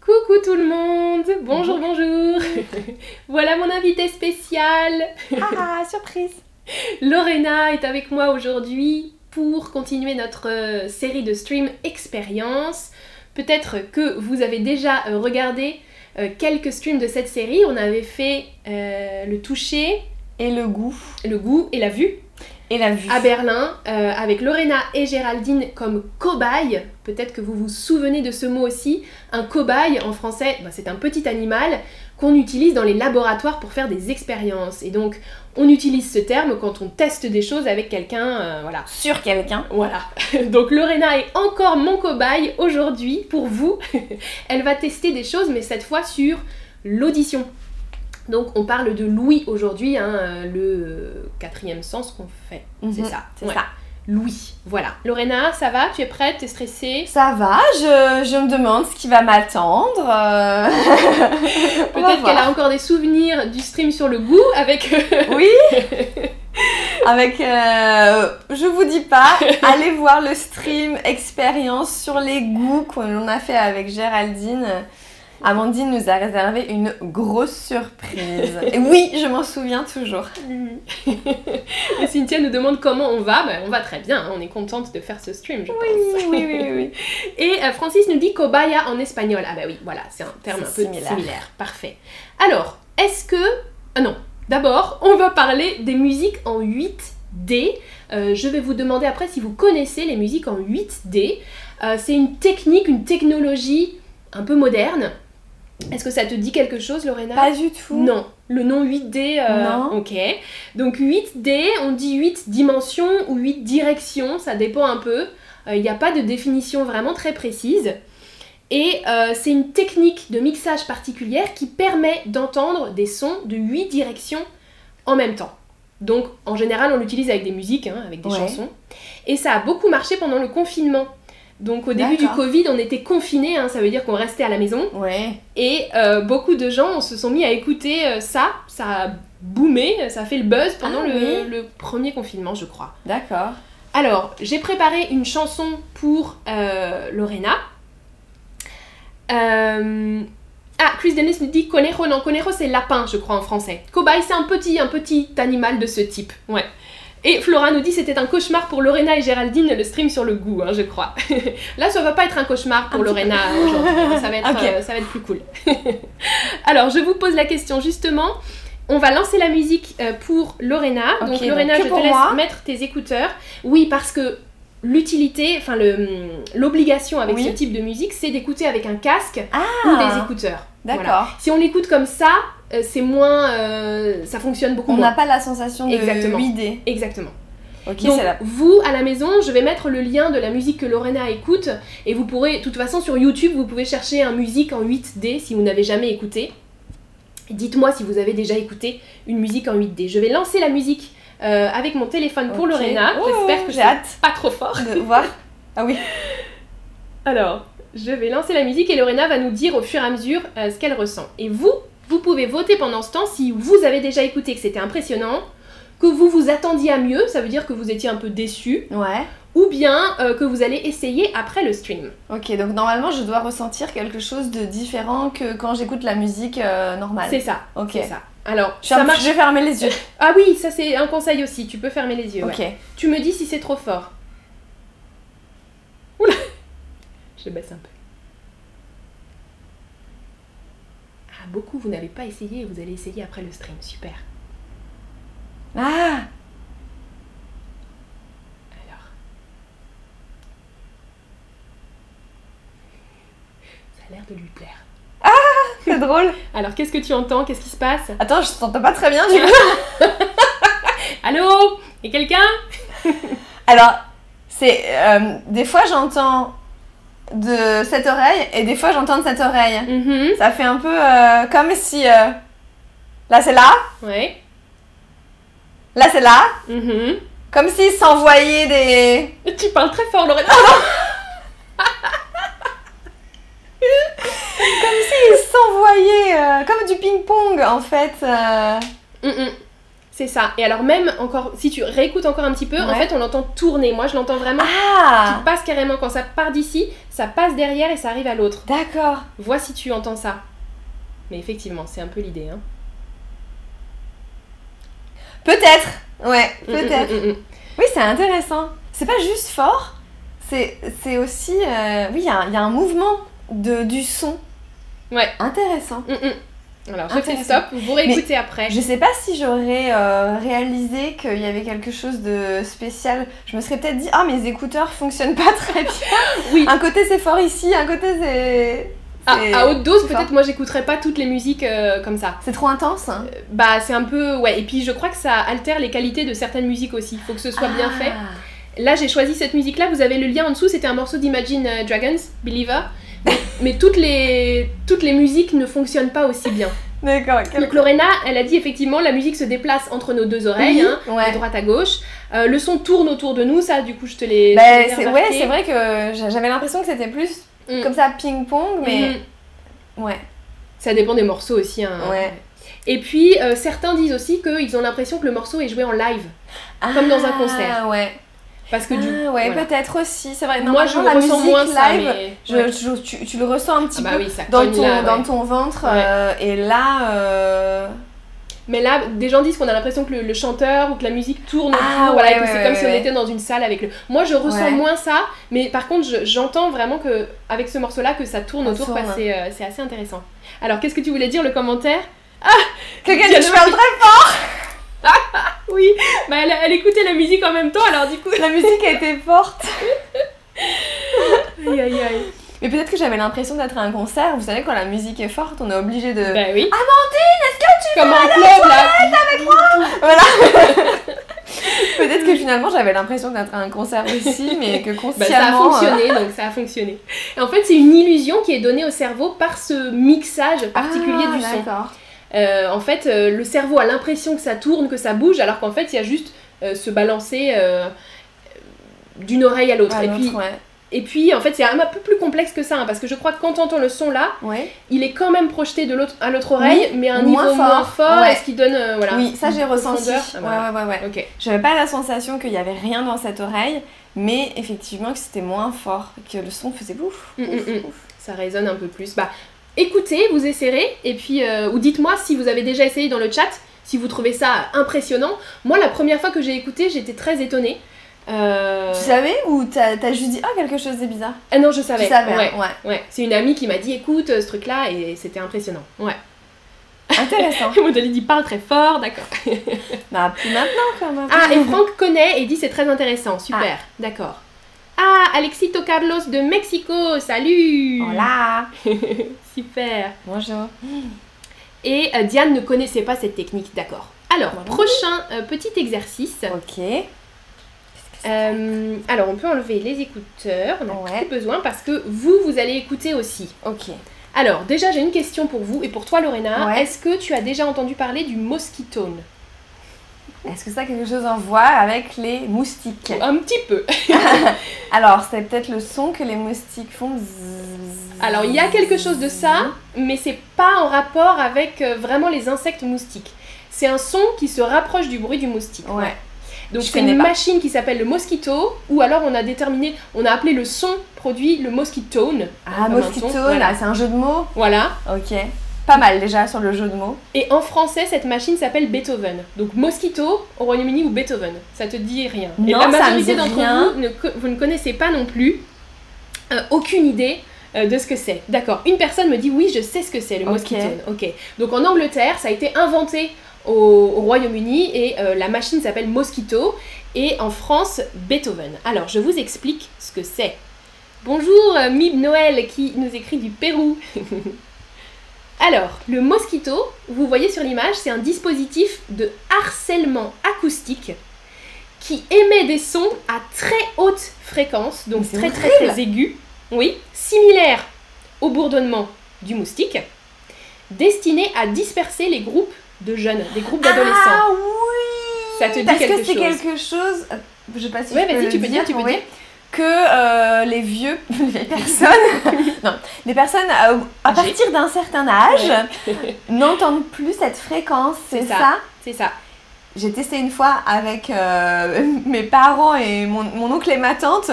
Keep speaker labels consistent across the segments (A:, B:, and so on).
A: Coucou tout le monde Bonjour, bonjour Voilà mon invité spécial
B: Ah, surprise
A: Lorena est avec moi aujourd'hui pour continuer notre euh, série de stream expérience. Peut-être que vous avez déjà euh, regardé euh, quelques streams de cette série. On avait fait euh, le toucher,
B: Et le goût
A: le goût et la vue
B: et la vue.
A: à Berlin euh, avec Lorena et Géraldine comme cobayes. Peut-être que vous vous souvenez de ce mot aussi. Un cobaye en français, ben, c'est un petit animal qu'on utilise dans les laboratoires pour faire des expériences. Et donc on utilise ce terme quand on teste des choses avec quelqu'un. euh, voilà.
B: Sur quelqu'un.
A: Voilà. Donc Lorena est encore mon cobaye aujourd'hui pour vous. Elle va tester des choses, mais cette fois sur l'audition. Donc on parle de l'ouïe aujourd'hui, hein, euh, le quatrième sens qu'on fait. C'est
B: Mhm,
A: ça.
B: C'est
A: Ouais.
B: ça.
A: Louis. Voilà. Lorena, ça va Tu es prête T'es stressée
B: Ça va, je, je me demande ce qui va m'attendre. euh. On va
A: Peut-être qu'elle a encore des souvenirs du stream sur le goût avec. euh,
B: voir. Oui Avec. euh, je vous dis pas, allez voir le stream expérience sur les goûts qu'on a fait avec Géraldine. Amandine nous a réservé une grosse surprise. Et oui, je m'en souviens toujours.
A: Et Cynthia nous demande comment on va. Ben, on va très bien. hein. On est contente de faire ce stream, je pense.
B: oui.
A: Et euh, Francis nous dit cobaya en espagnol. Ah bah oui, voilà, c'est un terme un peu
B: C'est
A: similaire.
B: similaire.
A: Parfait. Alors, est-ce que... Ah non, d'abord, on va parler des musiques en 8D. Euh, je vais vous demander après si vous connaissez les musiques en 8D. Euh, c'est une technique, une technologie un peu moderne. Est-ce que ça te dit quelque chose, Lorena
B: Pas du tout.
A: non, le nom 8D, euh,
B: Non.
A: ok. Donc 8D, on dit 8 dimensions ou 8 directions, ça dépend un peu. Euh, Il n'y a pas de définition vraiment très précise. Et euh, c'est une technique de mixage particulière qui permet d'entendre des sons de 8 directions en même temps. Donc en général, on l'utilise avec des musiques, hein, avec des
B: Ouais.
A: chansons. Et ça a beaucoup marché pendant le confinement. Donc au début du
B: D'accord.
A: Covid, on était confinés, hein, ça veut dire qu'on restait à la maison.
B: Ouais.
A: Et euh, beaucoup de gens se sont mis à écouter euh, ça. Ça a boomé, ça a fait le buzz pendant
B: Ah
A: le,
B: oui.
A: le premier confinement, je crois.
B: D'accord.
A: Alors, j'ai préparé une chanson pour euh, Lorena. Euh, Ah, Chris Dennis nous dit Conejo. Non, Conejo, c'est lapin, je crois, en français. Cobaye, c'est un petit, un petit animal de ce type. Ouais. Et Flora nous dit c'était un cauchemar pour Lorena et Géraldine, le stream sur le goût, hein, je crois. Là, ça va pas être un cauchemar pour
B: Un petit peu.
A: Lorena aujourd'hui. hein, Ça, va être,
B: Ok.
A: euh, ça va être plus cool. Alors, je vous pose la question justement. On va lancer la musique euh, pour Lorena.
B: Ok,
A: donc,
B: donc
A: Lorena,
B: que
A: je te
B: pour
A: laisse
B: moi.
A: mettre tes écouteurs. Oui, parce que l'utilité, enfin le- l'obligation avec
B: Oui.
A: ce type de musique, c'est d'écouter avec un casque ou
B: Ah,
A: des écouteurs.
B: D'accord.
A: Voilà. Si on l'écoute comme ça, euh, c'est moins, euh, ça fonctionne beaucoup
B: On
A: moins.
B: n'a pas la sensation de
A: Exactement.
B: l'idée.
A: Exactement.
B: Ok,
A: Donc
B: c'est la...
A: vous à la maison, je vais mettre le lien de la musique que Lorena écoute et vous pourrez, de toute façon sur YouTube, vous pouvez chercher un musique en 8D si vous n'avez jamais écouté. Dites-moi si vous avez déjà écouté une musique en 8D. Je vais lancer la musique euh, avec mon téléphone pour
B: Ok.
A: Lorena.
B: Oh,
A: J'espère que
B: j'ai
A: c'est
B: hâte
A: pas trop fort.
B: de voir. Ah oui.
A: Alors, je vais lancer la musique et Lorena va nous dire au fur et à mesure euh, ce qu'elle ressent. Et vous, vous pouvez voter pendant ce temps si vous avez déjà écouté que c'était impressionnant, que vous vous attendiez à mieux, ça veut dire que vous étiez un peu déçu,
B: Ouais.
A: ou bien euh, que vous allez essayer après le stream.
B: Ok, donc normalement je dois ressentir quelque chose de différent que quand j'écoute la musique euh, normale.
A: C'est ça,
B: Ok.
A: c'est ça. Alors,
B: Je, suis un-
A: ça marche.
B: je vais fermer les yeux.
A: Ah oui, ça c'est un conseil aussi, tu peux fermer les yeux. ouais.
B: Ok.
A: Tu me dis si c'est trop fort. Oula Je baisse un peu. Ah, beaucoup, vous n'avez pas essayé, vous allez essayer après le stream, super.
B: Ah
A: Alors. Ça a l'air de lui plaire.
B: C'est drôle.
A: Alors, qu'est-ce que tu entends Qu'est-ce qui se passe
B: Attends, je t'entends pas très bien du coup.
A: Allô Et quelqu'un
B: Alors, c'est. euh, des fois j'entends de cette oreille et des fois j'entends de cette oreille.
A: Mhm.
B: Ça fait un peu euh, comme si. euh, là c'est là,
A: Ouais.
B: là c'est là.
A: Mhm.
B: Comme s'ils s'envoyaient des.
A: Tu parles très fort, Lorena.
B: Ils s'envoyaient euh, comme du ping-pong en fait. euh.
A: Mm, mm. C'est ça. Et alors même encore, si tu réécoutes encore un petit peu, en
B: Ouais.
A: fait on l'entend tourner. Moi je l'entends vraiment
B: Ah
A: qui passe carrément quand ça part d'ici, ça passe derrière et ça arrive à l'autre.
B: D'accord.
A: Vois si tu entends ça. Mais effectivement, c'est un peu l'idée. Hein.
B: Peut-être. Ouais,
A: Mm, mm,
B: peut-être.
A: mm, mm, mm.
B: Oui, c'est intéressant. C'est pas juste fort, c'est c'est aussi... euh, oui, il y, a un- il y a un mouvement de, du son.
A: Ouais.
B: Intéressant.
A: Mm, mm. Alors je fais
B: Intéressant.
A: stop, vous réécoutez après.
B: Je sais pas si j'aurais euh, réalisé qu'il y avait quelque chose de spécial. Je me serais peut-être dit, ah, mes écouteurs fonctionnent pas très bien.
A: Oui.
B: Un côté c'est fort ici, un côté c'est...
A: À,
B: c'est-
A: à haute dose,
B: c'est
A: peut-être
B: fort.
A: moi j'écouterais pas toutes les musiques euh, comme ça.
B: C'est trop intense. hein.
A: Bah c'est un peu ouais. Et puis je crois que ça altère les qualités de certaines musiques aussi. Il faut que ce soit bien
B: Ah.
A: fait. Là, j'ai choisi cette musique-là. Vous avez le lien en dessous. C'était un morceau d'Imagine euh, Dragons, Believer. Mais, mais toutes, les, toutes les musiques ne fonctionnent pas aussi bien.
B: D'accord. quel-
A: Donc Lorena, elle a dit effectivement, la musique se déplace entre nos deux oreilles, hein, de
B: Ouais.
A: droite à gauche. Euh, le son tourne autour de nous. Ça, du coup, je te l'ai.
B: Bah,
A: je te l'ai
B: c'est- ouais,
A: remarqué.
B: c'est vrai que j'a- j'avais l'impression que c'était plus
A: Mm.
B: comme ça ping-pong, mais
A: Mhm.
B: ouais,
A: Ça dépend des morceaux aussi. hein.
B: ouais.
A: Et puis, euh, certains disent aussi qu'ils ont l'impression que le morceau est joué en live. Comme dans un concert.
B: Ah ouais.
A: Parce que
B: Ah,
A: du
B: ouais,
A: voilà.
B: peut-être aussi, c'est vrai.
A: Moi, je
B: Ah, Normalement, la
A: ressens
B: musique
A: moins
B: live,
A: ça. mais-
B: je-
A: Ouais.
B: je- tu, tu le ressens un
A: Ah
B: petit
A: bah
B: peu
A: oui, ça
B: dans,
A: cogne
B: ton,
A: là, ouais.
B: dans ton ventre,
A: Ouais.
B: euh, et là. euh,
A: Mais là, des gens disent qu'on a l'impression que le, le chanteur ou que la musique tourne autour,
B: Ah,
A: voilà,
B: ouais,
A: et que
B: ouais,
A: c'est
B: ouais,
A: comme si on
B: ouais.
A: était dans une salle avec le. Moi, je ressens
B: Ouais.
A: moins ça, mais par contre, je- j'entends vraiment que avec ce morceau-là, que ça tourne
B: Ça
A: autour, quoi,
B: tourne.
A: c'est euh, c'est assez intéressant. Alors, qu'est-ce que tu voulais dire le commentaire
B: Quelqu'un
A: Dialogue.
B: dit je parle très
A: Oui, bah elle, elle écoutait la musique en même temps, alors du coup.
B: La musique a été forte.
A: Aïe aïe aïe.
B: Mais peut-être que j'avais l'impression d'être à un concert. Vous savez, quand la musique est forte, on est obligé de.
A: Bah oui. Amandine, est-ce que tu Comme en club là
B: Voilà Peut-être que finalement j'avais l'impression d'être à un concert aussi, mais que
A: Bah, ça a
B: consciemment. euh,
A: fonctionné, donc ça a fonctionné. Et en fait, c'est une illusion qui est donnée au cerveau par ce mixage particulier
B: ah,
A: du son.
B: D'accord.
A: Euh, en fait, euh, le cerveau a l'impression que ça tourne, que ça bouge, alors qu'en fait, il y a juste euh, se balancer euh, d'une oreille à l'autre.
B: Ah,
A: et,
B: l'autre,
A: puis,
B: ouais.
A: et puis, en fait, c'est un peu plus complexe que ça, hein, parce que je crois que quand on entend le son là,
B: Ouais.
A: il est quand même projeté de l'autre à l'autre oreille, mais à un
B: moins
A: niveau
B: fort,
A: moins fort,
B: ouais.
A: et ce qui donne. euh, voilà.
B: Oui, ça j'ai
A: une
B: ressenti.
A: profondeur. Ah,
B: Ouais,
A: voilà.
B: ouais, ouais, ouais.
A: Ok.
B: J'avais pas la sensation qu'il y avait rien dans cette oreille, mais effectivement que c'était moins fort, que le son faisait ouf.
A: Mm,
B: ouf,
A: mm, mm.
B: ouf.
A: ça résonne un peu plus. Bah, écoutez, vous essayerez, et puis, euh, ou dites-moi si vous avez déjà essayé dans le chat, si vous trouvez ça impressionnant. Moi, la première fois que j'ai écouté, j'étais très étonnée. Euh,
B: Tu savais ou t'as t'as juste dit ah quelque chose de bizarre
A: Ah non, je savais.
B: Tu savais,
A: ouais.
B: hein, ouais.
A: ouais. C'est une amie qui m'a dit écoute euh, ce truc-là et c'était impressionnant. Ouais.
B: Intéressant.
A: Modélie dit parle très fort, d'accord.
B: bah plus maintenant quand même.
A: Ah, et Franck connaît et dit c'est très intéressant, super, d'accord. Ah, Alexito Carlos de Mexico, salut
B: Voilà.
A: Super
B: Oh Bonjour.
A: Et euh, Diane ne connaissait pas cette technique, d'accord. Alors,
B: Voilà.
A: prochain euh, petit exercice.
B: Ok. Qu'est-ce que c'est
A: Euh, alors, on peut enlever les écouteurs, on n'a
B: Ouais.
A: plus besoin parce que vous, vous allez écouter aussi.
B: Ok.
A: Alors, déjà, j'ai une question pour vous et pour toi, Lorena.
B: Ouais.
A: Est-ce que tu as déjà entendu parler du mosquitone
B: Est-ce que ça a quelque chose à voir avec les moustiques
A: Un petit peu.
B: Alors, c'est peut-être le son que les moustiques font. zzzz.
A: Alors, il y a quelque chose de ça, mais c'est pas en rapport avec euh, vraiment les insectes moustiques. C'est un son qui se rapproche du bruit du moustique.
B: Ouais.
A: Donc,
B: Oh, Je
A: c'est une
B: connais pas.
A: machine qui s'appelle le mosquito, ou alors on a déterminé, on a appelé le son produit le mosquitone.
B: Ah,
A: Comme un
B: mosquito,
A: ton, voilà.
B: là, c'est un jeu de mots.
A: Voilà.
B: Ok. Pas mal déjà sur le jeu de mots.
A: Et en français, cette machine s'appelle Beethoven. Donc, mosquito au Royaume-Uni ou Beethoven. Ça te dit rien. Et
B: Non,
A: la
B: ça me
A: majorité
B: dit
A: d'entre
B: rien.
A: vous ne, co- vous ne connaissez pas non plus euh, aucune idée euh, de ce que c'est. D'accord, une personne me dit oui, je sais ce que c'est le
B: Ok.
A: mosquitone. Ok. Donc en Angleterre, ça a été inventé au, au Royaume-Uni et euh, la machine s'appelle Mosquito et en France, Beethoven. Alors, je vous explique ce que c'est. Bonjour euh, Mib Noël qui nous écrit du Pérou. Alors, le mosquito, vous voyez sur l'image, c'est un dispositif de harcèlement acoustique qui émet des sons à très haute fréquence, donc
B: Mais c'est
A: très très très aigus, oui, similaire au bourdonnement du moustique, destiné à disperser les groupes de jeunes, des groupes d'adolescents.
B: Ah oui
A: Ça te dit
B: Parce
A: quelque
B: que c'est
A: chose
B: quelque chose. euh, Je sais pas si
A: Ouais,
B: je peux
A: vas-y,
B: le
A: tu peux dire, tu peux
B: oui,
A: dire.
B: Que euh, les vieux, les vieilles personnes, non, les personnes à, à
A: Âgées.
B: partir d'un certain âge n'entendent plus cette fréquence, c'est
A: C'est
B: ça.
A: ça. C'est ça.
B: J'ai testé une fois avec euh, mes parents et mon, mon oncle et ma tante.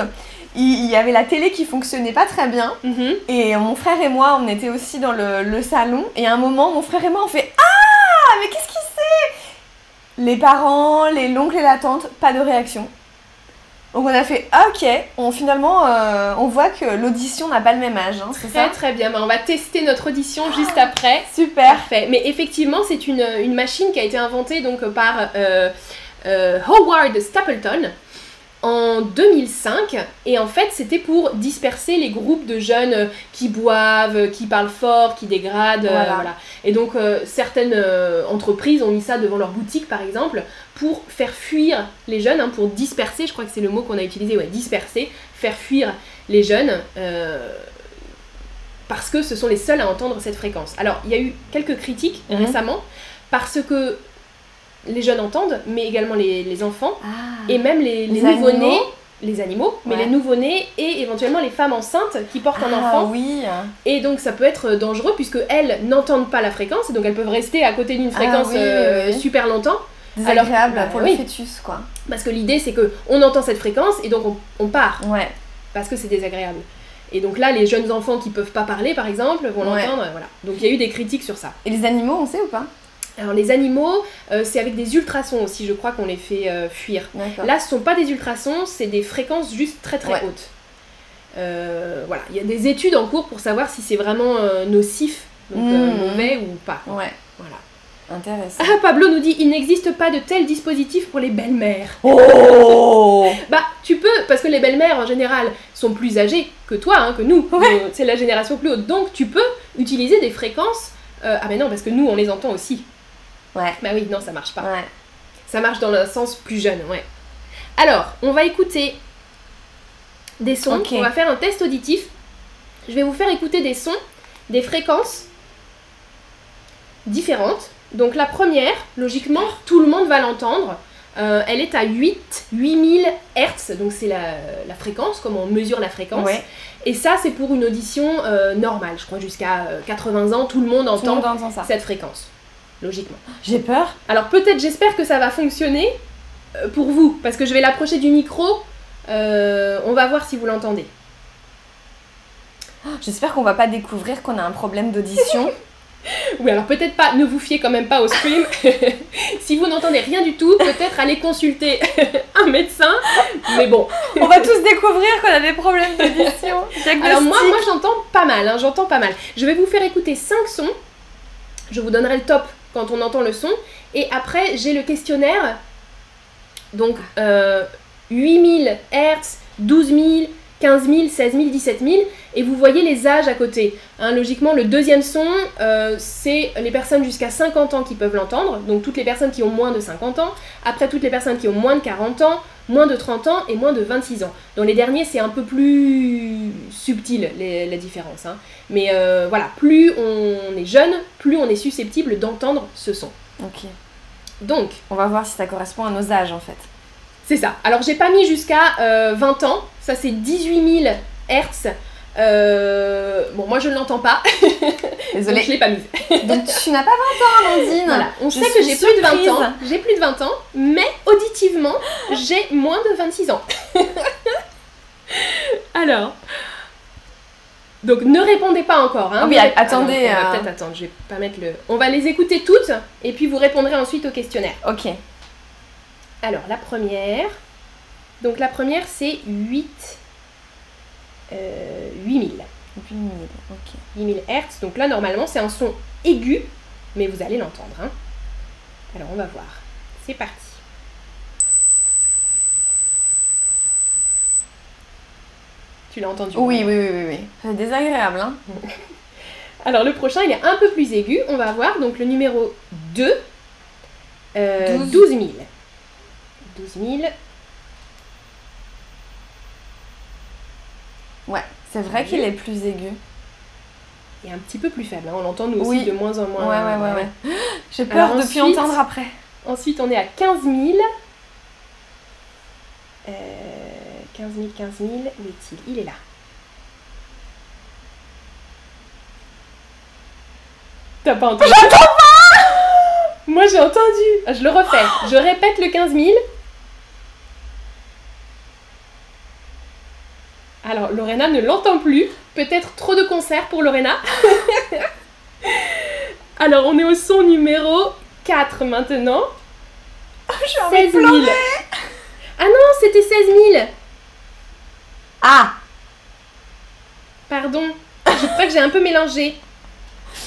B: Il il y avait la télé qui fonctionnait pas très bien.
A: Mhm.
B: Et mon frère et moi, on était aussi dans le, le salon. Et à un moment, mon frère et moi, on fait Ah Mais qu'est-ce qui c'est Les parents, les l'oncle et la tante, pas de réaction. Donc on a fait Ah, ok. On, finalement, euh, on voit que l'audition n'a pas le même âge. hein, c'est
A: Très
B: ça
A: très bien, Bah, on va tester notre audition juste après.
B: Super
A: Parfait. Mais effectivement, c'est une, une machine qui a été inventée donc par euh, euh, Howard Stapleton en 2005 et en fait c'était pour disperser les groupes de jeunes euh, qui boivent, euh, qui parlent fort, qui dégradent, euh,
B: Voilà.
A: voilà. Et donc euh, certaines euh, entreprises ont mis ça devant leur boutique par exemple pour faire fuir les jeunes, hein, pour disperser, je crois que c'est le mot qu'on a utilisé, ouais, disperser, faire fuir les jeunes euh, parce que ce sont les seuls à entendre cette fréquence. Alors, il y a eu quelques critiques
B: Mhm.
A: récemment parce que les jeunes entendent, mais également les, les enfants
B: Ah.
A: et même les, les
B: Les
A: nouveau-nés.
B: animaux.
A: Les animaux, mais
B: Ouais.
A: les nouveau-nés et éventuellement les femmes enceintes qui portent un
B: Ah,
A: enfant.
B: oui
A: Et donc ça peut être dangereux puisque elles n'entendent pas la fréquence, et donc elles peuvent rester à côté d'une
B: Ah,
A: fréquence
B: oui, oui,
A: euh,
B: oui.
A: super longtemps.
B: Désagréable
A: bah,
B: pour
A: oui.
B: le fœtus, quoi.
A: Parce que l'idée c'est que on entend cette fréquence et donc on, on part
B: Ouais.
A: parce que c'est désagréable. Et donc là, les jeunes enfants qui peuvent pas parler, par exemple, vont
B: Ouais.
A: l'entendre. Voilà. Donc il y a eu des critiques sur ça.
B: Et les animaux, on sait ou pas
A: Alors les animaux, euh, c'est avec des ultrasons aussi, je crois qu'on les fait euh, fuir.
B: D'accord.
A: Là, ce sont pas des ultrasons, c'est des fréquences juste très très
B: Ah. Ouais.
A: hautes. Euh, voilà, il y a des études en cours pour savoir si c'est vraiment euh, nocif, donc euh,
B: Mhm.
A: mauvais ou pas.
B: Ouais.
A: Voilà.
B: Intéressant.
A: Ah, Pablo nous dit il n'existe pas de tel dispositif pour les belles-mères.
B: Oh
A: Bah, tu peux, parce que les belles-mères en général sont plus âgées que toi, hein, que nous.
B: Ouais.
A: Euh, C'est la génération plus haute. Donc tu peux utiliser des fréquences. euh, ah, mais non, parce que nous on les entend aussi.
B: Ouais.
A: Bah oui, non, ça marche pas.
B: Ouais.
A: Ça marche dans le sens plus jeune, ouais. Alors, on va écouter des sons.
B: Ok.
A: On va faire un test auditif. Je vais vous faire écouter des sons, des fréquences différentes. Donc la première, logiquement, tout le monde va l'entendre. Euh, elle est à 8, 8000 Hertz, donc c'est la, la fréquence, comment on mesure la fréquence.
B: Ouais.
A: Et ça, c'est pour une audition euh, normale, je crois, jusqu'à euh, 80 ans, tout le monde
B: Tout le
A: entend
B: monde entend ça.
A: cette fréquence, logiquement.
B: J'ai peur.
A: Alors peut-être j'espère que ça va fonctionner euh, pour vous, parce que je vais l'approcher du micro. euh, on va voir si vous l'entendez.
B: J'espère qu'on va pas découvrir qu'on a un problème d'audition.
A: Oui, alors peut-être pas, ne vous fiez quand même pas au scream. si vous n'entendez rien du tout, peut-être allez consulter un médecin. Mais bon,
B: On va tous découvrir qu'on a des problèmes d'audition. Diagnostic.
A: alors moi, moi j'entends pas mal, hein, j'entends pas mal. Je vais vous faire écouter 5 sons. Je vous donnerai le top quand on entend le son. Et après, j'ai le questionnaire. Donc, euh, 8000 Hertz, 12000, 15000, 16000, 17000. Et vous voyez les âges à côté. hein. logiquement, le deuxième son, euh, c'est les personnes jusqu'à 50 ans qui peuvent l'entendre. Donc, toutes les personnes qui ont moins de 50 ans. Après, toutes les personnes qui ont moins de 40 ans, moins de 30 ans et moins de 26 ans. Dans les derniers, c'est un peu plus subtil les- la différence. hein. Mais euh, voilà, plus on est jeune, plus on est susceptible d'entendre ce son.
B: Ok.
A: Donc,
B: On va voir si ça correspond à nos âges en fait.
A: c'est ça. Alors, j'ai pas mis jusqu'à euh, 20 ans. Ça, c'est 18 000 Hertz. Euh, bon, moi, je ne l'entends pas. Donc, je
B: Désolée.
A: l'ai pas mise.
B: Donc tu n'as pas 20 ans, Amandine.
A: Voilà. On
B: je
A: sait que
B: suis
A: j'ai plus de 20
B: surprise.
A: ans. J'ai plus de 20 ans, mais auditivement, j'ai moins de 26 ans. Alors. Donc ne répondez pas encore. Hein,
B: Ah oui,
A: Ne
B: a-
A: rép- Ah non,
B: attendez,
A: on va
B: euh.
A: peut-être attendre, je vais pas mettre le. On va les écouter toutes et puis vous répondrez ensuite au questionnaire.
B: Ok.
A: Alors, la première. Donc, la première, c'est 8. euh, 8000.
B: Depuis une minute. Ok.
A: 8000 Hertz. Donc, là, normalement, c'est un son aigu, mais vous allez l'entendre. hein. Alors, on va voir. C'est parti. Tu l'as entendu
B: Oui, oui, oui, oui, oui. C'est désagréable, hein.
A: Alors, le prochain, il est un peu plus aigu. On va voir. Donc, le numéro 2. euh,
B: Douze.
A: 12 000. 12 000.
B: Ouais. C'est vrai qu'il est plus aigu.
A: Et un petit peu plus faible. hein. On l'entend nous aussi
B: Oui.
A: de moins en
B: Ouais,
A: moins.
B: ouais, ouais, ouais. J'ai peur
A: Alors
B: de plus
A: ensuite-
B: entendre après.
A: Ensuite, on est à 15 000. Euh, 15 000, 15 000. Où est-il Il est là. T'as pas entendu J'entends pas Moi j'ai entendu. Ah, Je le refais. Je répète le 15 000. Alors Lorena ne l'entend plus. Peut-être trop de concerts pour Lorena. Alors on est au son numéro 4 maintenant.
B: J'ai envie
A: 16
B: de
A: 000.
B: pleurer.
A: Ah non, c'était 16 000.
B: Ah
A: Pardon, je crois que j'ai un peu mélangé.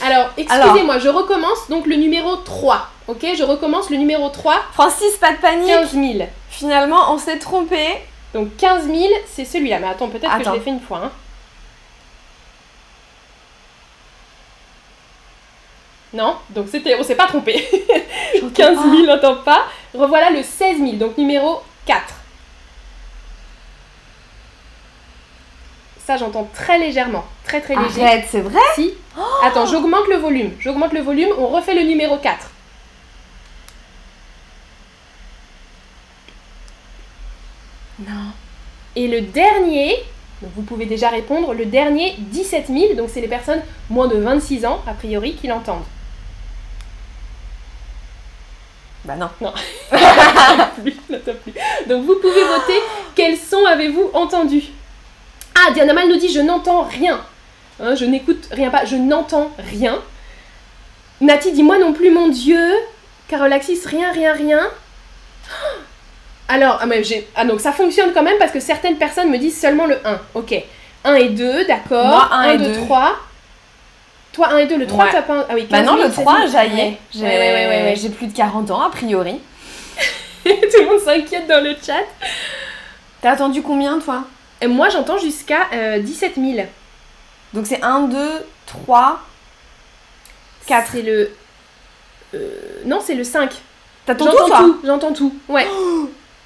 A: Alors, excusez-moi, je recommence donc le numéro 3. Ok, je recommence le numéro 3,
B: Francis, pas de panique.
A: 15 000.
B: Finalement, on s'est trompé.
A: Donc 15 000, c'est celui-là. Mais attends, peut-être que je
B: Attends.
A: l'ai fait une fois. hein. Non, donc c'était, on s'est pas trompé. 15 000,
B: Ah.
A: n'entend pas. Revoilà le 16 000, donc numéro 4. Ça, j'entends très légèrement. Très très léger.
B: Ah. Arrête, Oh. c'est vrai
A: Si. Attends, j'augmente le volume. J'augmente le volume, on refait le numéro 4.
B: Non.
A: Et le dernier, donc vous pouvez déjà répondre, le dernier 17 000, donc c'est les personnes moins de 26 ans, a priori, qui l'entendent.
B: Bah non.
A: Plus, n'entends plus. donc vous pouvez voter quels sons avez-vous entendus. Ah, Diana Mal nous dit je n'entends rien. Hein, je n'écoute rien pas, je n'entends rien. Nati dit moi non plus mon Dieu. Carole Axis, rien, rien, rien. Alors, ah, mais j'ai- ah, donc ça fonctionne quand même parce que certaines personnes me disent seulement le 1. Ok. 1 et 2, d'accord.
B: Moi, un et
A: 2,
B: deux.
A: 3. Toi, 1 et 2, le 3,
B: Ouais.
A: t'as pas. un- Ah oui,
B: Bah
A: 15
B: non,
A: 000,
B: le 3,
A: 7 000.
B: j'aille. J'ai
A: Ouais, ouais, ouais, ouais, ouais.
B: j'ai plus de 40 ans, a priori.
A: Tout le monde s'inquiète dans le chat.
B: T'as attendu combien, toi
A: Et moi, j'entends jusqu'à euh, 17 000.
B: Donc c'est 1, 2, 3. Quatre.
A: C'est le. euh, non, c'est le 5.
B: T'attends tout,
A: J'entends
B: toi
A: tout, j'entends tout. Ouais.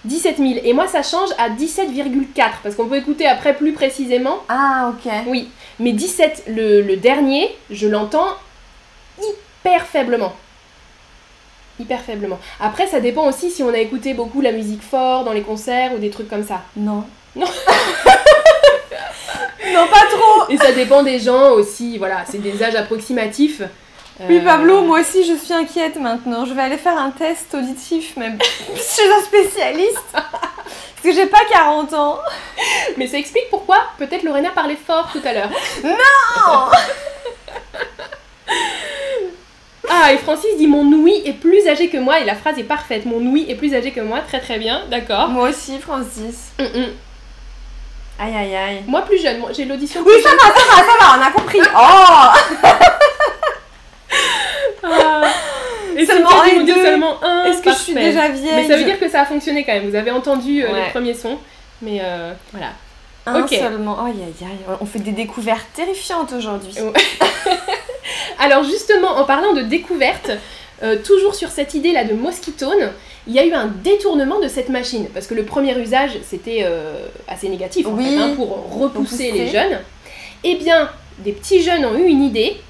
A: 17 000. Et moi, ça change à 17,4 parce qu'on peut écouter après plus précisément.
B: Ah, ok.
A: Oui. Mais 17, le, le dernier, je l'entends hyper faiblement. Hyper faiblement. Après, ça dépend aussi si on a écouté beaucoup la musique fort dans les concerts ou des trucs comme ça.
B: Non.
A: Non.
B: non, pas trop
A: Et ça dépend des gens aussi, voilà, c'est des âges approximatifs.
B: Oui,
A: Euh,
B: Pablo, moi aussi, je suis inquiète maintenant. Je vais aller faire un test auditif, même chez un spécialiste. Parce que j'ai pas 40 ans.
A: Mais ça explique pourquoi peut-être Lorena parlait fort tout à l'heure.
B: Non
A: Ah, et Francis dit mon ouïe est plus âgé que moi, et la phrase est parfaite. Mon ouïe est plus âgé que moi, très très bien, d'accord.
B: Moi aussi, Francis.
A: Hum, hum.
B: Aïe, aïe, aïe.
A: Moi plus jeune, moi j'ai l'audition.
B: Oui,
A: plus
B: ça va, ça va, ça va, on a compris. Oh
A: jeune. Ah. Et
B: Seulement
A: Sylvia dit,
B: un et
A: mon Dieu,
B: deux.
A: seulement un.
B: Est-ce que je suis
A: parfait.
B: déjà vieille
A: Mais ça veut dire que ça a fonctionné quand même, vous avez entendu euh, les
B: Ouais.
A: premiers sons. Mais euh, voilà.
B: Un
A: Ok.
B: seulement. Aïe, aïe, aïe. On fait des découvertes terrifiantes aujourd'hui.
A: Ouais. Alors justement, en parlant de découverte, euh, toujours sur cette idée-là de mosquitone, il y a eu un détournement de cette machine. Parce que le premier usage, c'était euh, assez négatif, en
B: Oui.
A: fait, hein, pour repousser
B: Repousser.
A: les jeunes. Eh bien, des petits jeunes ont eu une idée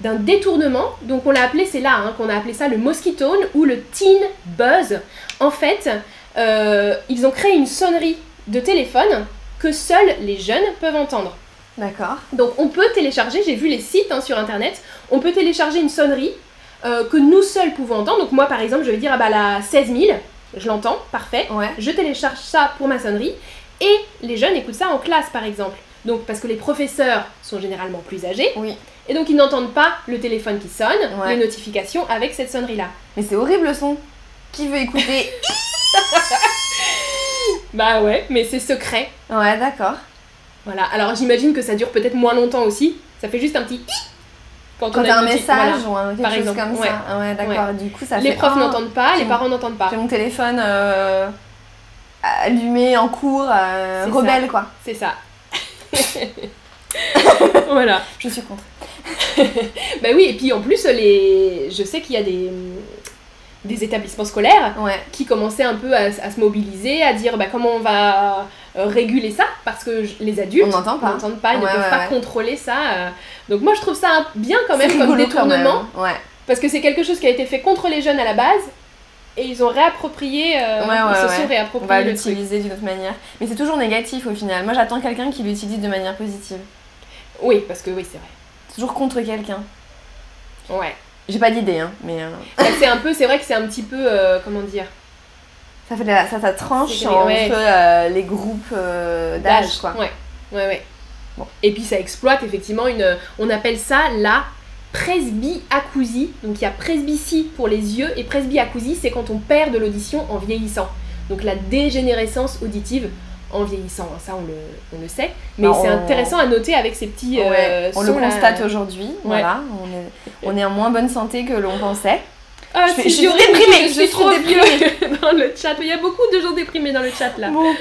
A: d'un détournement. Donc on l'a appelé, c'est là hein, qu'on a appelé ça le mosquitone ou le teen buzz. En fait, euh, ils ont créé une sonnerie de téléphone que seuls les jeunes peuvent entendre.
B: D'accord.
A: Donc on peut télécharger, j'ai vu les sites hein, sur internet, on peut télécharger une sonnerie euh, que nous seuls pouvons entendre. Donc moi par exemple je vais dire ah bah la 16 000, je l'entends, parfait.
B: Ouais.
A: Je télécharge ça pour ma sonnerie et les jeunes écoutent ça en classe par exemple. Donc parce que les professeurs sont généralement plus âgés
B: Oui.
A: et donc ils n'entendent pas le téléphone qui sonne,
B: Ouais.
A: les notifications avec cette sonnerie là.
B: Mais c'est horrible le son. Qui veut écouter
A: Bah ouais, mais c'est secret.
B: Ouais, d'accord.
A: Voilà, alors j'imagine que ça dure peut-être moins longtemps aussi, ça fait juste un petit hi quand,
B: Quand
A: a
B: t'as un
A: une noti-
B: message
A: voilà.
B: ou un- quelque
A: Par
B: chose
A: exemple,
B: comme
A: ouais.
B: ça. Ah Ouais, d'accord. Du coup, ça
A: Les
B: fait.
A: profs
B: Ah,
A: n'entendent pas, les
B: j'ai-
A: parents n'entendent pas.
B: J'ai mon téléphone euh, allumé en cours, euh,
A: C'est
B: rebelle quoi.
A: C'est ça. voilà.
B: Je suis contre.
A: Bah oui, et puis en plus, les... je sais qu'il y a des... des établissements scolaires
B: Ouais.
A: qui commençaient un peu à, à se mobiliser, à dire bah, comment on va euh, réguler ça, parce que je- les
B: On
A: adultes
B: n'entend pas.
A: n'entendent pas, ils ne
B: Ouais,
A: peuvent
B: ouais,
A: pas
B: ouais.
A: contrôler ça. euh. Donc moi, je trouve ça un- bien quand même
B: C'est
A: comme
B: rigolo
A: détournement,
B: quand même. Ouais.
A: parce que c'est quelque chose qui a été fait contre les jeunes à la base, et ils ont réapproprié, euh,
B: Ouais, ouais,
A: ils se
B: ouais.
A: sont
B: On va
A: réappropriés le truc.
B: l'utiliser d'une autre manière. Mais c'est toujours négatif au final. Moi, j'attends quelqu'un qui l'utilise de manière positive.
A: Oui, parce que oui, c'est vrai.
B: Toujours contre quelqu'un.
A: Ouais.
B: J'ai pas d'idée, hein, mais euh,
A: Enfin, c'est un peu, c'est vrai que c'est un petit peu, euh, comment dire,
B: ça fait de la- ça, ça tranche
A: C'est-
B: entre
A: ouais.
B: euh, les groupes euh, d'âge, quoi.
A: Ouais, ouais, ouais.
B: Bon.
A: Et puis ça exploite effectivement une, euh, on appelle ça la presbyacousie. Donc il y a presbytie pour les yeux et presbyacousie, c'est quand on perd de l'audition en vieillissant. Donc la dégénérescence auditive en vieillissant, hein, ça on le, on le sait. Mais
B: Bah,
A: c'est
B: on-
A: intéressant à noter avec ces petits.
B: Ouais,
A: euh,
B: on le
A: sons, là.
B: constate aujourd'hui, voilà, on est, on est en moins bonne santé que l'on pensait.
A: Ah,
B: Je
A: c'est
B: suis- je suis
A: horrible,
B: déprimée,
A: je
B: je
A: suis
B: suis
A: trop
B: déprimée.
A: vieux dans le chat. Il y a beaucoup de gens déprimés dans le chat là.
B: Bon,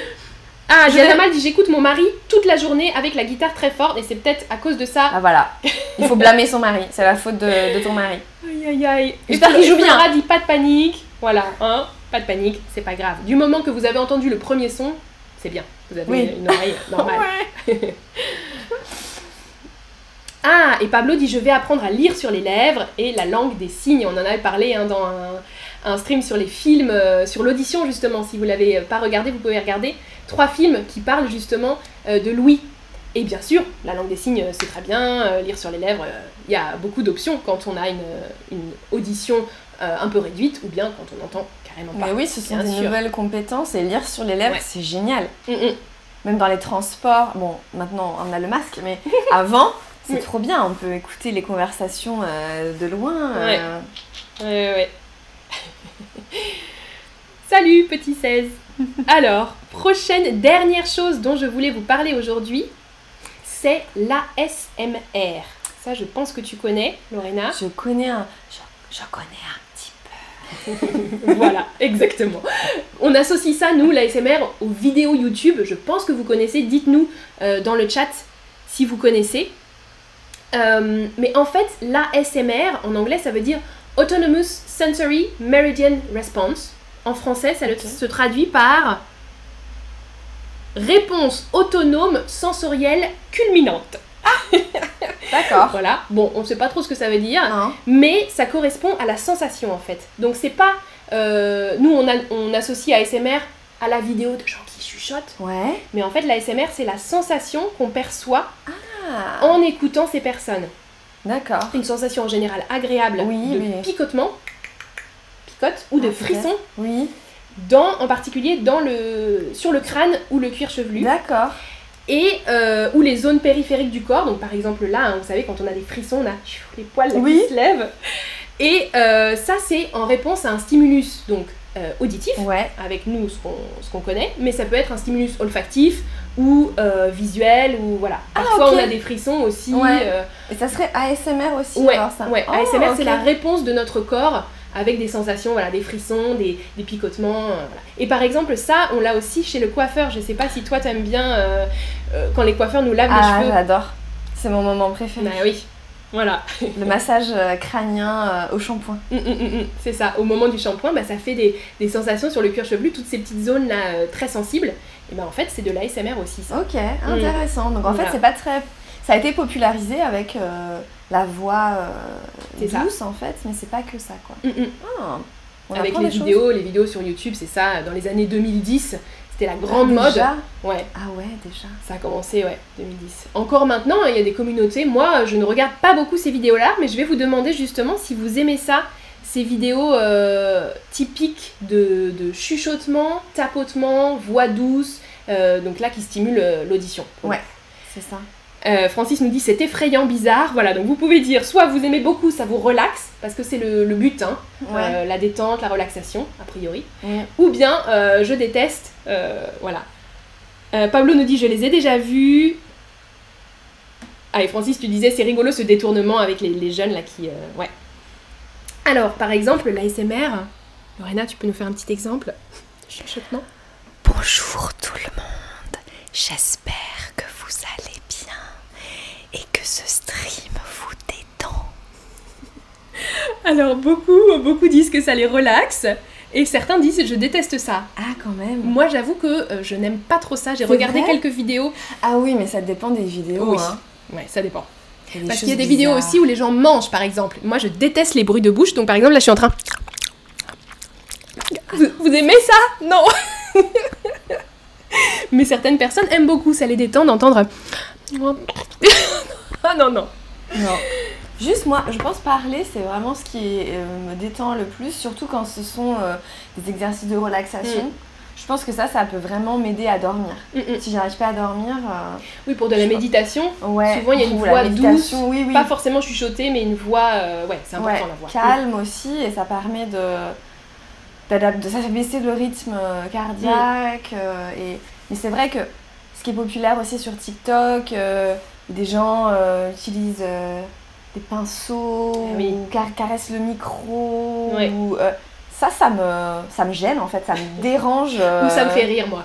A: Ah,
B: Je
A: Diana
B: vais-
A: Mal dit j'écoute mon mari toute la journée avec la guitare très forte et c'est peut-être à cause de ça.
B: ah voilà, il faut blâmer son mari, c'est la faute de, de ton mari.
A: Aïe aïe aïe.
B: J'espère
A: Flora-
B: qu'il joue bien.
A: Flora dit pas de panique. Voilà, hein, pas de panique, c'est pas grave. Du moment que vous avez entendu le premier son, c'est bien. Vous avez
B: Oui.
A: une oreille normale. Ah, et Pablo dit je vais apprendre à lire sur les lèvres et la langue des signes. On en avait parlé hein, dans un, un stream sur les films, euh, sur l'audition justement. Si vous l'avez euh, pas regardé, vous pouvez regarder trois films qui parlent justement euh, de Louis. Et bien sûr, la langue des signes, euh, c'est très bien. euh, lire sur les lèvres, euh, il y a beaucoup d'options quand on a une, une audition euh, un peu réduite ou bien quand on entend carrément pas.
B: Mais oui, ce sont
A: Bien
B: des
A: sûr.
B: nouvelles compétences et lire sur les lèvres,
A: Ouais.
B: c'est génial.
A: Mm, mm.
B: Même dans les transports, bon, maintenant on a le masque, mais avant, c'est
A: Oui.
B: trop bien, on peut écouter les conversations euh, de loin.
A: Ouais.
B: euh,
A: Ouais, ouais, ouais. Salut, petit 16. Alors, prochaine, dernière chose dont je voulais vous parler aujourd'hui, c'est l'ASMR. Ça, je pense que tu connais, Lorena.
B: Je connais un. Je, je connais un petit peu.
A: voilà, exactement. On associe ça, nous, l'ASMR, aux vidéos YouTube. Je pense que vous connaissez. Dites-nous euh, dans le chat si vous connaissez. Euh, mais en fait, l'ASMR, en anglais, ça veut dire Autonomous Sensory Meridian Response. En français, ça le-
B: Ok.
A: se traduit par Réponse autonome sensorielle culminante.
B: D'accord.
A: Voilà. Bon, on ne sait pas trop ce que ça veut dire
B: Non.
A: mais ça correspond à la sensation en fait. Donc c'est pas. euh, nous on, a- on associe ASMR à la vidéo de gens qui chuchotent,
B: Ouais.
A: mais en fait l'ASMR c'est la sensation qu'on perçoit
B: Ah,
A: en écoutant ces personnes.
B: D'accord.
A: Une sensation en général agréable
B: Oui,
A: de
B: mais-
A: picotement, picote, ou de
B: Ah,
A: frisson,
B: Oui.
A: dans, en particulier dans le, sur le crâne ou le cuir chevelu,
B: D'accord.
A: et euh, ou les zones périphériques du corps. Donc par exemple là, hein, vous savez quand on a des frissons, on a les poils là,
B: Oui.
A: qui se lèvent. Et euh, ça c'est en réponse à un stimulus donc euh, auditif
B: Ouais.
A: avec nous ce qu'on ce qu'on connaît, mais ça peut être un stimulus olfactif ou euh, visuel ou voilà. Parfois
B: Ah, ok.
A: on a des frissons aussi.
B: Ouais.
A: euh,
B: Et ça serait ASMR aussi
A: ouais,
B: alors ça.
A: ouais.
B: Oh,
A: ASMR c'est
B: ok.
A: la réponse de notre corps avec des sensations, voilà, des frissons, des, des picotements. euh, voilà. Et par exemple ça on l'a aussi chez le coiffeur. Je sais pas si toi t'aimes bien euh, euh, quand les coiffeurs nous lavent
B: Ah,
A: les cheveux.
B: j'adore. C'est mon moment
A: Bah
B: préféré.
A: oui, voilà.
B: Le massage euh, crânien euh, au shampoing.
A: Mm, mm, mm, mm. C'est ça. Au moment du shampoing, bah, ça fait des, des sensations sur le cuir chevelu, toutes ces petites zones là euh, très sensibles. Et ben en fait, c'est de l'ASMR aussi. Ça.
B: Ok, intéressant. Donc en
A: Mm. Voilà.
B: fait, c'est pas très. Ça a été popularisé avec euh, la voix euh,
A: C'est ça.
B: douce en fait, mais c'est pas que ça quoi.
A: Mm, mm.
B: Ah, on
A: Avec
B: apprend
A: les
B: des choses.
A: vidéos, les vidéos sur YouTube, c'est ça. Dans les années 2010, c'était la grande
B: Ah,
A: mode.
B: déjà
A: Ouais,
B: Ah ouais, déjà.
A: ça a commencé, ouais, 2010. Encore maintenant, hein, il y a des communautés. Moi, je ne regarde pas beaucoup ces vidéos-là, mais je vais vous demander justement si vous aimez ça, ces vidéos euh, typiques de, de chuchotement, tapotement, voix douce, euh, donc là qui stimule euh, l'audition. pour
B: Ouais. C'est ça.
A: Euh, Francis nous dit c'est effrayant, bizarre. Voilà, donc vous pouvez dire soit vous aimez beaucoup, ça vous relaxe, parce que c'est le, le but, hein,
B: Ouais.
A: euh, la détente, la relaxation, a priori.
B: Mm.
A: Ou bien euh, je déteste, euh, voilà. Euh, Pablo nous dit je les ai déjà vus. Ah, et Francis, tu disais c'est rigolo ce détournement avec les, les jeunes là qui. euh, ouais. Alors, par exemple, l'ASMR. Lorena, tu peux nous faire un petit exemple Chuchotement
C: Bonjour tout le monde, j'espère que vous allez bien et que ce stream vous détend.
A: Alors beaucoup, beaucoup disent que ça les relaxe et certains disent je déteste ça.
B: Ah quand même.
A: Moi j'avoue que euh, je n'aime pas trop ça, j'ai
B: C'est
A: regardé
B: vrai
A: quelques vidéos.
B: Ah oui, mais ça dépend des vidéos.
A: Oh, Oui.
B: hein.
A: Ouais, ça dépend.
B: Il y a des
A: Parce
B: choses
A: qu'il y a des vidéos
B: bizarres.
A: aussi où les gens mangent par exemple. Moi je déteste les bruits de bouche, donc par exemple là je suis en train... Vous, vous aimez ça Non Mais certaines personnes aiment beaucoup, ça les détend d'entendre... Ah non non
B: Non. Juste moi, je pense parler, c'est vraiment ce qui euh, me détend le plus, surtout quand ce sont euh, des exercices de relaxation.
A: Mm.
B: Je pense que ça, ça peut vraiment m'aider à dormir.
A: Mm, mm.
B: Si j'arrive pas à dormir, euh,
A: Oui, pour de la
B: Je-
A: méditation,
B: ouais.
A: Souvent, il y a une
B: ou la
A: voix
B: méditation, oui, oui.
A: pas forcément chuchoter, mais une voix. euh, ouais, c'est important
B: Ouais,
A: la voix.
B: calme aussi et ça permet de d'adapter de ça fait baisser le rythme euh, cardiaque
A: Mm.
B: euh, et mais c'est vrai que ce qui est populaire aussi sur TikTok euh, des gens euh, utilisent euh, des pinceaux
A: Ah oui.
B: ou car- caressent le micro
A: Ouais.
B: ou euh, ça ça me ça me gêne en fait ça me dérange
A: Ou ça me
B: euh,
A: fait rire, moi.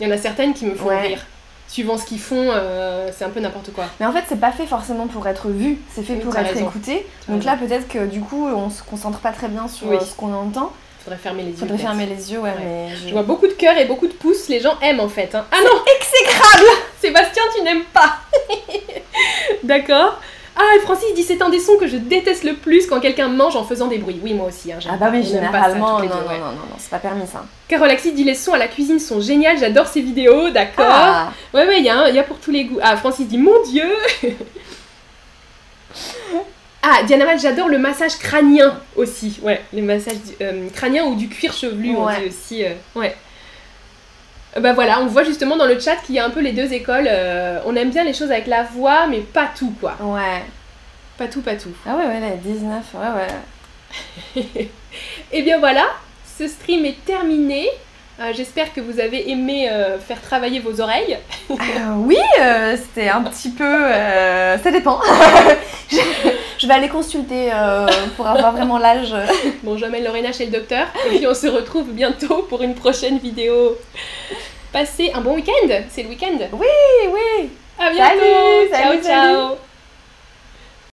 A: Il y en a certaines qui me font
B: Ouais.
A: rire. Suivant ce qu'ils font, euh, c'est un peu n'importe quoi.
B: mais en fait c'est pas fait forcément pour être vu c'est fait
A: Oui,
B: pour
A: t'as
B: être
A: raison.
B: écouté
A: T'as
B: donc là peut-être que du coup on se concentre pas très bien sur
A: Oui.
B: euh, ce qu'on entend
A: Faudrait fermer les yeux.
B: faudrait
A: peut-être.
B: fermer les yeux ouais,
A: Ouais.
B: mais je-
A: Je vois beaucoup de cœurs et beaucoup de pouces, les gens aiment en fait. hein. Ah non Exécrable Sébastien, tu n'aimes pas D'accord Ah, et Francis dit c'est un des sons que je déteste le plus quand quelqu'un mange en faisant des bruits. Oui, moi aussi. Hein, j'aime
B: Ah bah
A: pas.
B: oui,
A: On n'aime pas ça,
B: généralement,
A: toutes
B: non,
A: les
B: non,
A: deux, ouais.
B: non, non, non, c'est pas permis ça.
A: Carolaxi dit les sons à la cuisine sont géniaux, j'adore ces vidéos, d'accord
B: Ah,
A: Ouais, ouais, il y, a un- il y a pour tous les goûts. Ah, Francis dit Mon Dieu Ah, Diana Mal, j'adore le massage crânien aussi. Ouais, les massages euh, crâniens ou du cuir chevelu, on
B: Ouais.
A: dit aussi. euh, ouais. Euh, Bah voilà, on voit justement dans le chat qu'il y a un peu les deux écoles. euh, on aime bien les choses avec la voix, mais pas tout, quoi.
B: ouais.
A: Pas tout, pas tout.
B: Ah ouais, ouais, là, 19, ouais, ouais.
A: Et Eh bien voilà, ce stream est terminé. Euh, J'espère que vous avez aimé euh, faire travailler vos oreilles.
B: Euh, oui, euh, c'était un petit peu... euh, ça dépend. je, je vais aller consulter euh, pour avoir vraiment l'âge.
A: Bon, j'emmène Lorena chez le docteur et puis on se retrouve bientôt pour une prochaine vidéo. Passez un bon week-end, c'est le week-end.
B: Oui, oui.
A: À bientôt,
B: Salut, salut,
A: ciao ciao.